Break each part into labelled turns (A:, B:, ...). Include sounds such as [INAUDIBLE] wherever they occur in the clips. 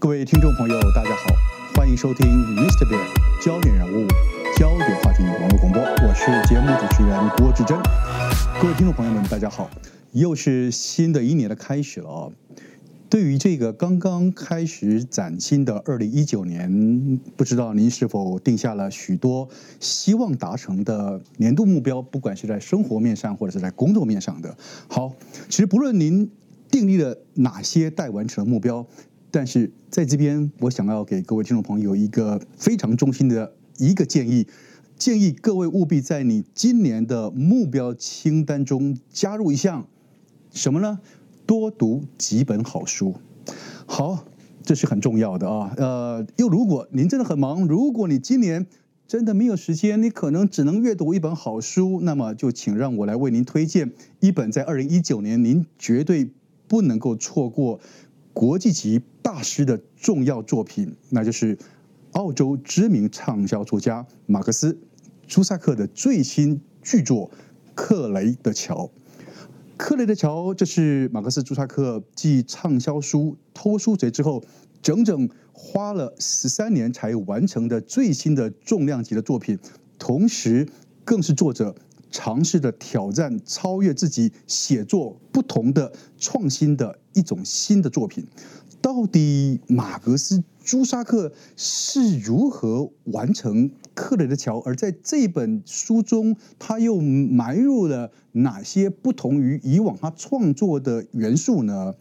A: 各位听众朋友，大家好，欢迎收听 Mr. Bear 焦点人物、焦点话题网络广播，我是节目主持人郭志珍。各位听众朋友们，大家好，又是新的一年的开始了啊、对于这个刚刚开始崭新的二零一九年，不知道您是否定下了许多希望达成的年度目标，不管是在生活面上，或者是在工作面上的。好，其实不论您订立了哪些待完成的目标，但是在这边，我想要给各位听众朋友一个非常衷心的一个建议。建议各位务必在你今年的目标清单中加入一项什么呢？多读几本好书。好，这是很重要的啊。呃，又如果您真的很忙，如果你今年真的没有时间，你可能只能阅读一本好书，那么就请让我来为您推荐一本在二零一九年您绝对不能够错过国际级大师的重要作品，那就是澳洲知名畅销作家马克思·朱萨克的最新巨作《克雷的桥》。克雷的桥，这是马克思·朱萨克继畅销书《偷书贼》之后，整整花了十三年才完成的最新的重量级的作品，同时更是作者尝试着挑战、超越自己写作不同的创新的一种新的作品。到底马格斯朱萨克是如何完成克雷的桥？而在这本书中，他又埋入了哪些不同于以往他创作的元素呢？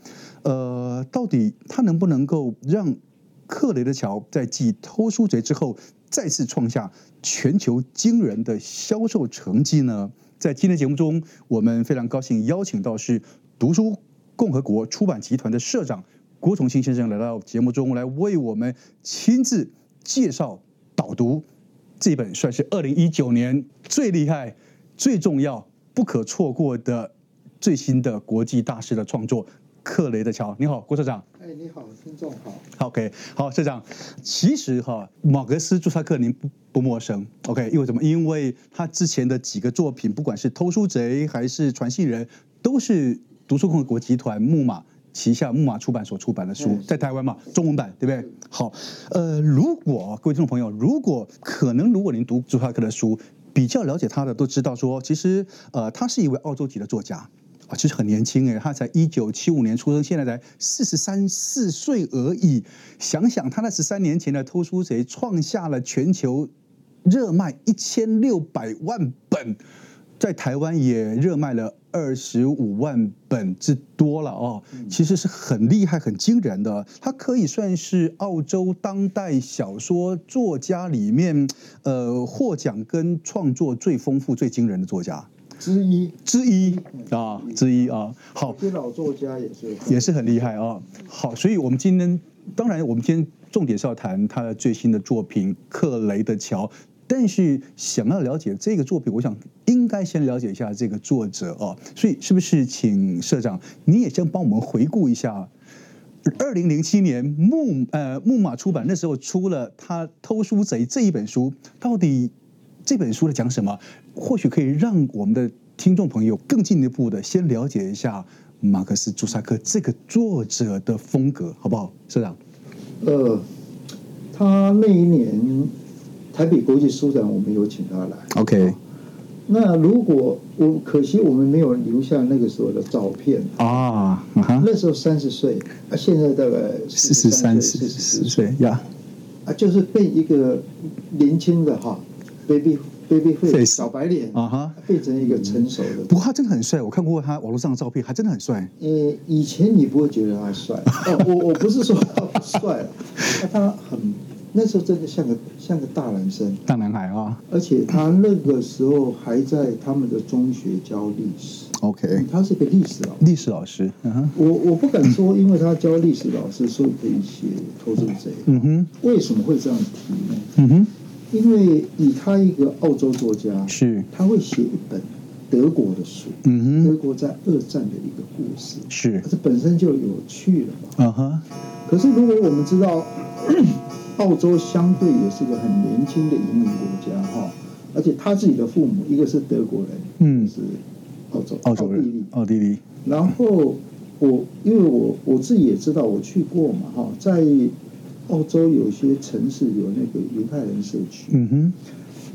A: 呃，到底他能不能够让克雷的桥在继《偷书贼》之后再次创下全球惊人的销售成绩呢？在今天节目中，我们非常高兴邀请到是读书共和国出版集团的社长郭崇新先生来到节目中来为我们亲自介绍导读这本算是二零一九年最厉害、最重要、不可错过的最新的国际大师的创作《克雷的桥》。你好，郭社长。
B: 哎，你好，听众好。
A: OK，好，社长，其实哈，马格斯·朱萨克您不不陌生，OK，因为什么？因为他之前的几个作品，不管是《偷书贼》还是《传信人》，都是读书共和国集团木马旗下木马出版所出版的书
B: 嗯，
A: 在台湾嘛，中文版，对不对？好，呃，如果各位听众朋友，如果可能，如果您读朱萨克的书，比较了解他的都知道说，其实呃，他是一位澳洲籍的作家。啊，其实很年轻哎，他才一九七五年出生，现在才四十三四岁而已。想想他那十三年前的《偷书贼》创下了全球热卖一千六百万本，在台湾也热卖了二十五万本之多了哦，其实是很厉害、很惊人的。它可以算是澳洲当代小说作家里面，呃，获奖跟创作最丰富、最惊人的作家。
B: 之一，
A: 之一啊，之一啊。好
B: 有，些老作家也是，
A: 也是很厉害啊、好，所以我们今天，当然我们今天重点是要谈他的最新的作品《克雷的桥》，但是想要了解这个作品，我想应该先了解一下这个作者哦。所以是不是请社长你也先帮我们回顾一下？二零零七年木呃木马出版那时候出了他《偷书贼》这一本书，到底这本书在讲什么？或许可以让我们的听众朋友更进一步的先了解一下马克思·朱萨克这个作者的风格，好不好，社长？
B: 呃，他那一年台北国际书展，我们有请他来。
A: OK
B: 那如果我可惜我们没有留下那个时候的照片，
A: 啊，啊哈，
B: 那时候三十岁，啊，现在大概
A: 四十三、四
B: 四
A: 十
B: 十四岁
A: 岁呀
B: 啊，就是被一个年轻的哈 baby baby face
A: Face
B: 小白脸
A: 啊哈。嗯
B: 变成一个成熟的。
A: 不过他真的很帅，我看过他网络上的照片，还真的很帅。
B: 呃，以前你不会觉得他帅，哦、我我不是说他不帅了，啊他很那时候真的像个像个大男生，
A: 大男孩啊
B: 而且他那个时候还在他们的中学教历史，嗯
A: ，OK，
B: 他是个历史老师。
A: 历史老师，嗯哼，
B: 我我不敢说，因为他教历史老师，所以可以写偷渡贼。
A: 嗯哼，
B: 为什么会这样提呢？
A: 嗯哼，
B: 因为以他一个澳洲作家，
A: 是，
B: 他会写一本德国的书，
A: 嗯
B: 德
A: 哼，
B: 国在二战的一个故事，
A: 是，
B: 这本身就有趣了嘛。
A: 啊哈，
B: 可是如果我们知道， [COUGHS] 澳洲相对也是个很年轻的移民国家哈，而且他自己的父母一个是德国人，
A: 嗯
B: 一个是澳洲
A: 澳洲
B: 奥地利
A: 人，奥地利，
B: 然后我因为我我自己也知道我去过嘛哈，在澳洲有些城市有那个犹太人社区，
A: 嗯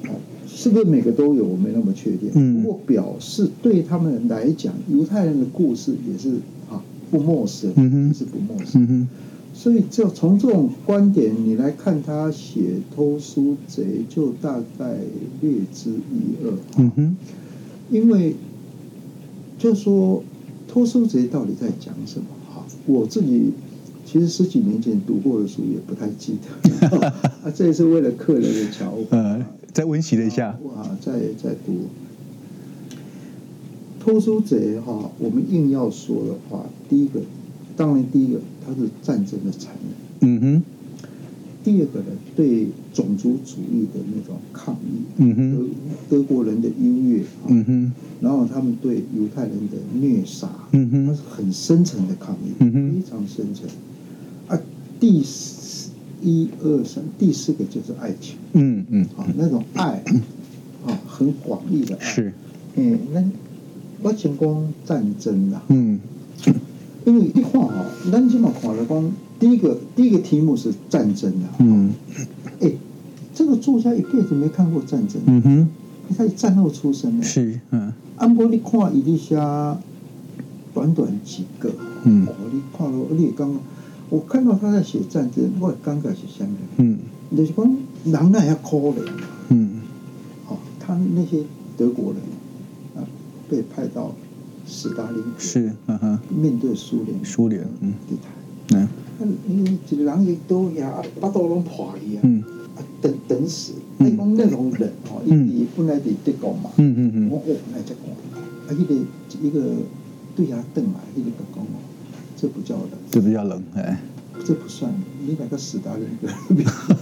A: 哼，
B: 哦是不是每个都有？我没那么确定。
A: 嗯
B: 不过表示对他们来讲，犹太人的故事也是啊不陌生，
A: 嗯哼
B: 也是不陌生。
A: 嗯哼，
B: 所以就从这种观点，你来看他写偷书贼，就大概略知一二。
A: 嗯哼，
B: 因为就说偷书贼到底在讲什么？哈，我自己其实十几年前读过的书也不太记得，
A: [LAUGHS]
B: 啊，这也是为了客人的巧合。啊
A: 呃，再温习了一下，
B: 哇，再再读偷书贼哈、我们硬要说的话，第一个，当然第一个，它是战争的产物；
A: 嗯哼，
B: 第二个呢，对种族主义的那种抗议，
A: 嗯哼，
B: 德德国人的优越，啊
A: 嗯哼，
B: 然后他们对犹太人的虐杀，
A: 嗯
B: 它
A: 哼
B: 是，很深层的抗议，
A: 嗯哼
B: 非常深层。啊，第四一二三，第四个就是爱情，
A: 嗯嗯，
B: 啊，那种爱，啊，很广义的爱。
A: 是，
B: 嗯，那我想讲战争啦，
A: 嗯
B: 因为你看哦，咱即嘛看了讲，第一个第一个题目是战争啦，
A: 嗯
B: 哎、这个作家一辈子没看过战争，
A: 嗯哼，
B: 他是战后出生的，
A: 是，嗯
B: 啊，不过你看伊底下短短几个，
A: 嗯
B: 哦，你看了你也感觉，我看到他在写战争，我的感觉是啥呢？
A: 嗯
B: 就是讲人那遐可怜，
A: 嗯
B: 哦，他那些德国人啊，被派到斯大林格
A: 是，嗯哼，
B: 面对苏联，
A: 苏联嗯
B: 地台，
A: 嗯
B: 啊，你一个人伊倒也啊，巴肚拢破去啊，
A: 嗯
B: 啊，等等死，
A: 嗯
B: 你讲那种人哦，伊
A: 嗯
B: 伊本来伫德国嘛，
A: 嗯嗯
B: 我
A: 嗯，
B: 哦，来只讲，啊，迄个一个对他瞪来，迄个讲哦，这不叫人，
A: 这比较冷，哎，
B: 这不算人，你那个斯大林格， [LAUGHS]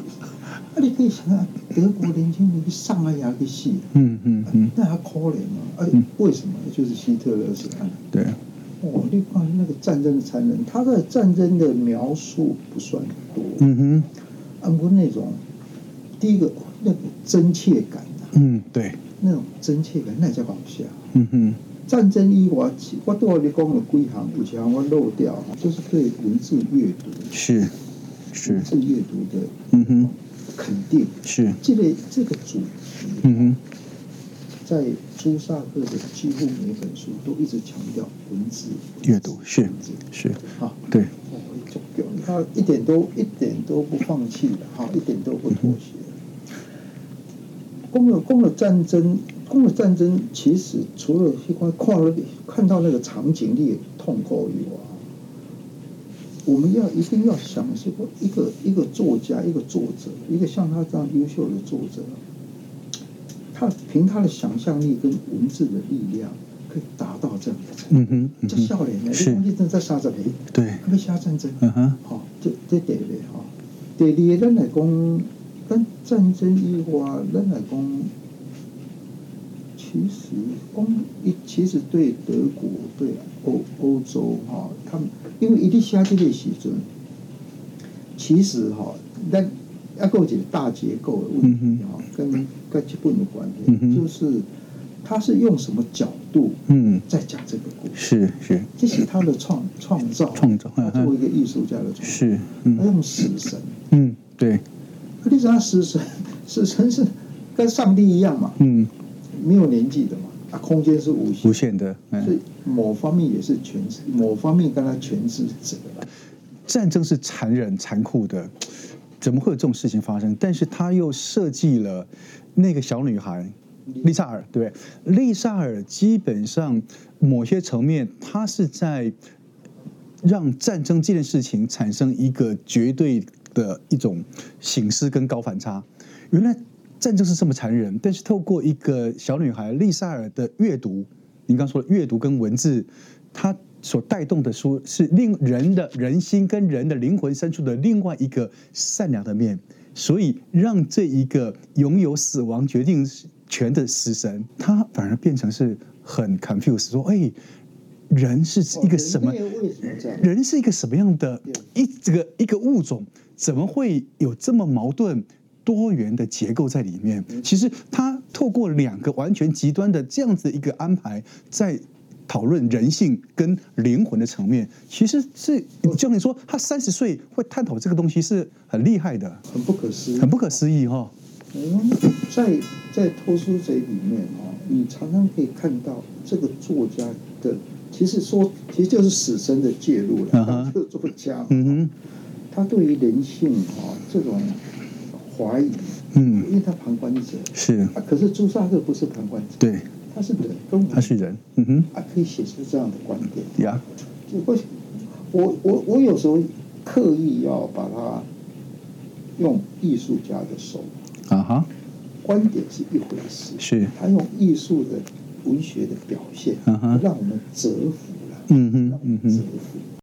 B: 啊，你可以想想，德国年轻人去上海也去死，
A: 嗯嗯嗯，
B: 那还可怜嘛，啊
A: 嗯，
B: 为什么？就是希特勒是看。
A: 对，
B: 哦，你看那个战争的残忍，他的战争的描述不算多，
A: 嗯哼，
B: 按过那种第一个那个真切感啊，
A: 嗯对，
B: 那种真切感那才搞笑。
A: 嗯哼，
B: 战争以外，我对我你讲有几行，有几行我漏掉哈，就是对文字阅读、
A: 是是
B: 文，字阅读的
A: 嗯哼，
B: 肯定。
A: 是，
B: 这类这个主题，
A: 嗯
B: 在朱萨克的几乎每本书都一直强调文字
A: 哼，阅读是
B: 文字
A: 是，
B: 啊。
A: 对，
B: 哦，足够，他一点都一点都不放弃的，哈，一点都不妥协。
A: 嗯
B: 攻了攻了战争，攻了战争，其实除了一块看了看到那个场景你也痛苦以外，我们要一定要想是说一个一个作家，一个作者，一个像他这样优秀的作者，他凭他的想象力跟文字的力量，可以达到这样的程度。
A: 嗯哼，嗯
B: 这
A: 哼，
B: 笑脸呢，你
A: 是
B: 讲你真在三十年。
A: 对，
B: 要写战争，
A: 嗯哼，
B: 吼、这这第一个吼、第二个咱来讲，咱战争以外，咱来讲，其实讲伊其实对德国、对欧欧洲吼、他们因为伊伫写这个时阵，其实吼、咱抑佫有一个大结构的问题吼、跟跟基本有关系，
A: 嗯嗯哼
B: 就是他是用什么角度
A: 嗯，
B: 在讲这个故事，
A: 是是
B: 这是他的创创造。
A: 创造，
B: 他
A: 嗯
B: 作
A: 哼，
B: 为一个艺术家的创作，
A: 是，
B: 他
A: 嗯
B: 用死神，
A: 嗯，对，
B: 可你知道死神，死神是跟上帝一样嘛，
A: 嗯，
B: 没有年纪的嘛，啊，空间是无
A: 无
B: 限，
A: 限的，
B: 所以
A: 嗯，
B: 某方面也是全知，某方面跟他全知者啦
A: 战争是残忍残酷的，怎么会有这种事情发生？但是他又设计了那个小女孩。丽莎尔对，丽莎尔基本上某些层面，她是在让战争这件事情产生一个绝对的一种醒思跟高反差。原来战争是这么残忍，但是透过一个小女孩丽莎尔的阅读，您刚说的阅读跟文字，它所带动的书是令人的人心跟人的灵魂深处的另外一个善良的面，所以让这一个拥有死亡决定权的死神，他反而变成是很 confused，说哎。人是一个什么
B: 哦？人类为什么这样？
A: 人是一个什么样的一这个一个物种，怎么会有这么矛盾多元的结构在里面？其实他透过两个完全极端的这样子一个安排，在讨论人性跟灵魂的层面，其实是就你说他三十岁会探讨这个东西是很厉害的，
B: 很不可思议，
A: 很不可思议哈、
B: 嗯，在在《偷书贼》里面啊，你常常可以看到这个作家的，其实说其实就是死神的介入
A: 嗯
B: 了
A: 哼。
B: [LAUGHS] 这个作家，
A: 嗯
B: 他对于人性啊这种怀疑，
A: 哼，嗯，
B: 因为他旁观者，
A: 是
B: 啊，可是朱砂克不是旁观者，
A: 对，
B: 他是人，跟我们
A: 他是人，嗯哼，
B: 啊，可以写出这样的观点。
A: 呀，
B: 就会，我我我有时候刻意要把它用艺术家的手
A: 啊哈，
B: 观点是一回事，
A: 是，
B: 他用艺术的文学的表现，
A: 嗯哼
B: 让我们折服了，
A: 嗯哼
B: 让我
A: 嗯
B: 们折
A: 哼
B: 服。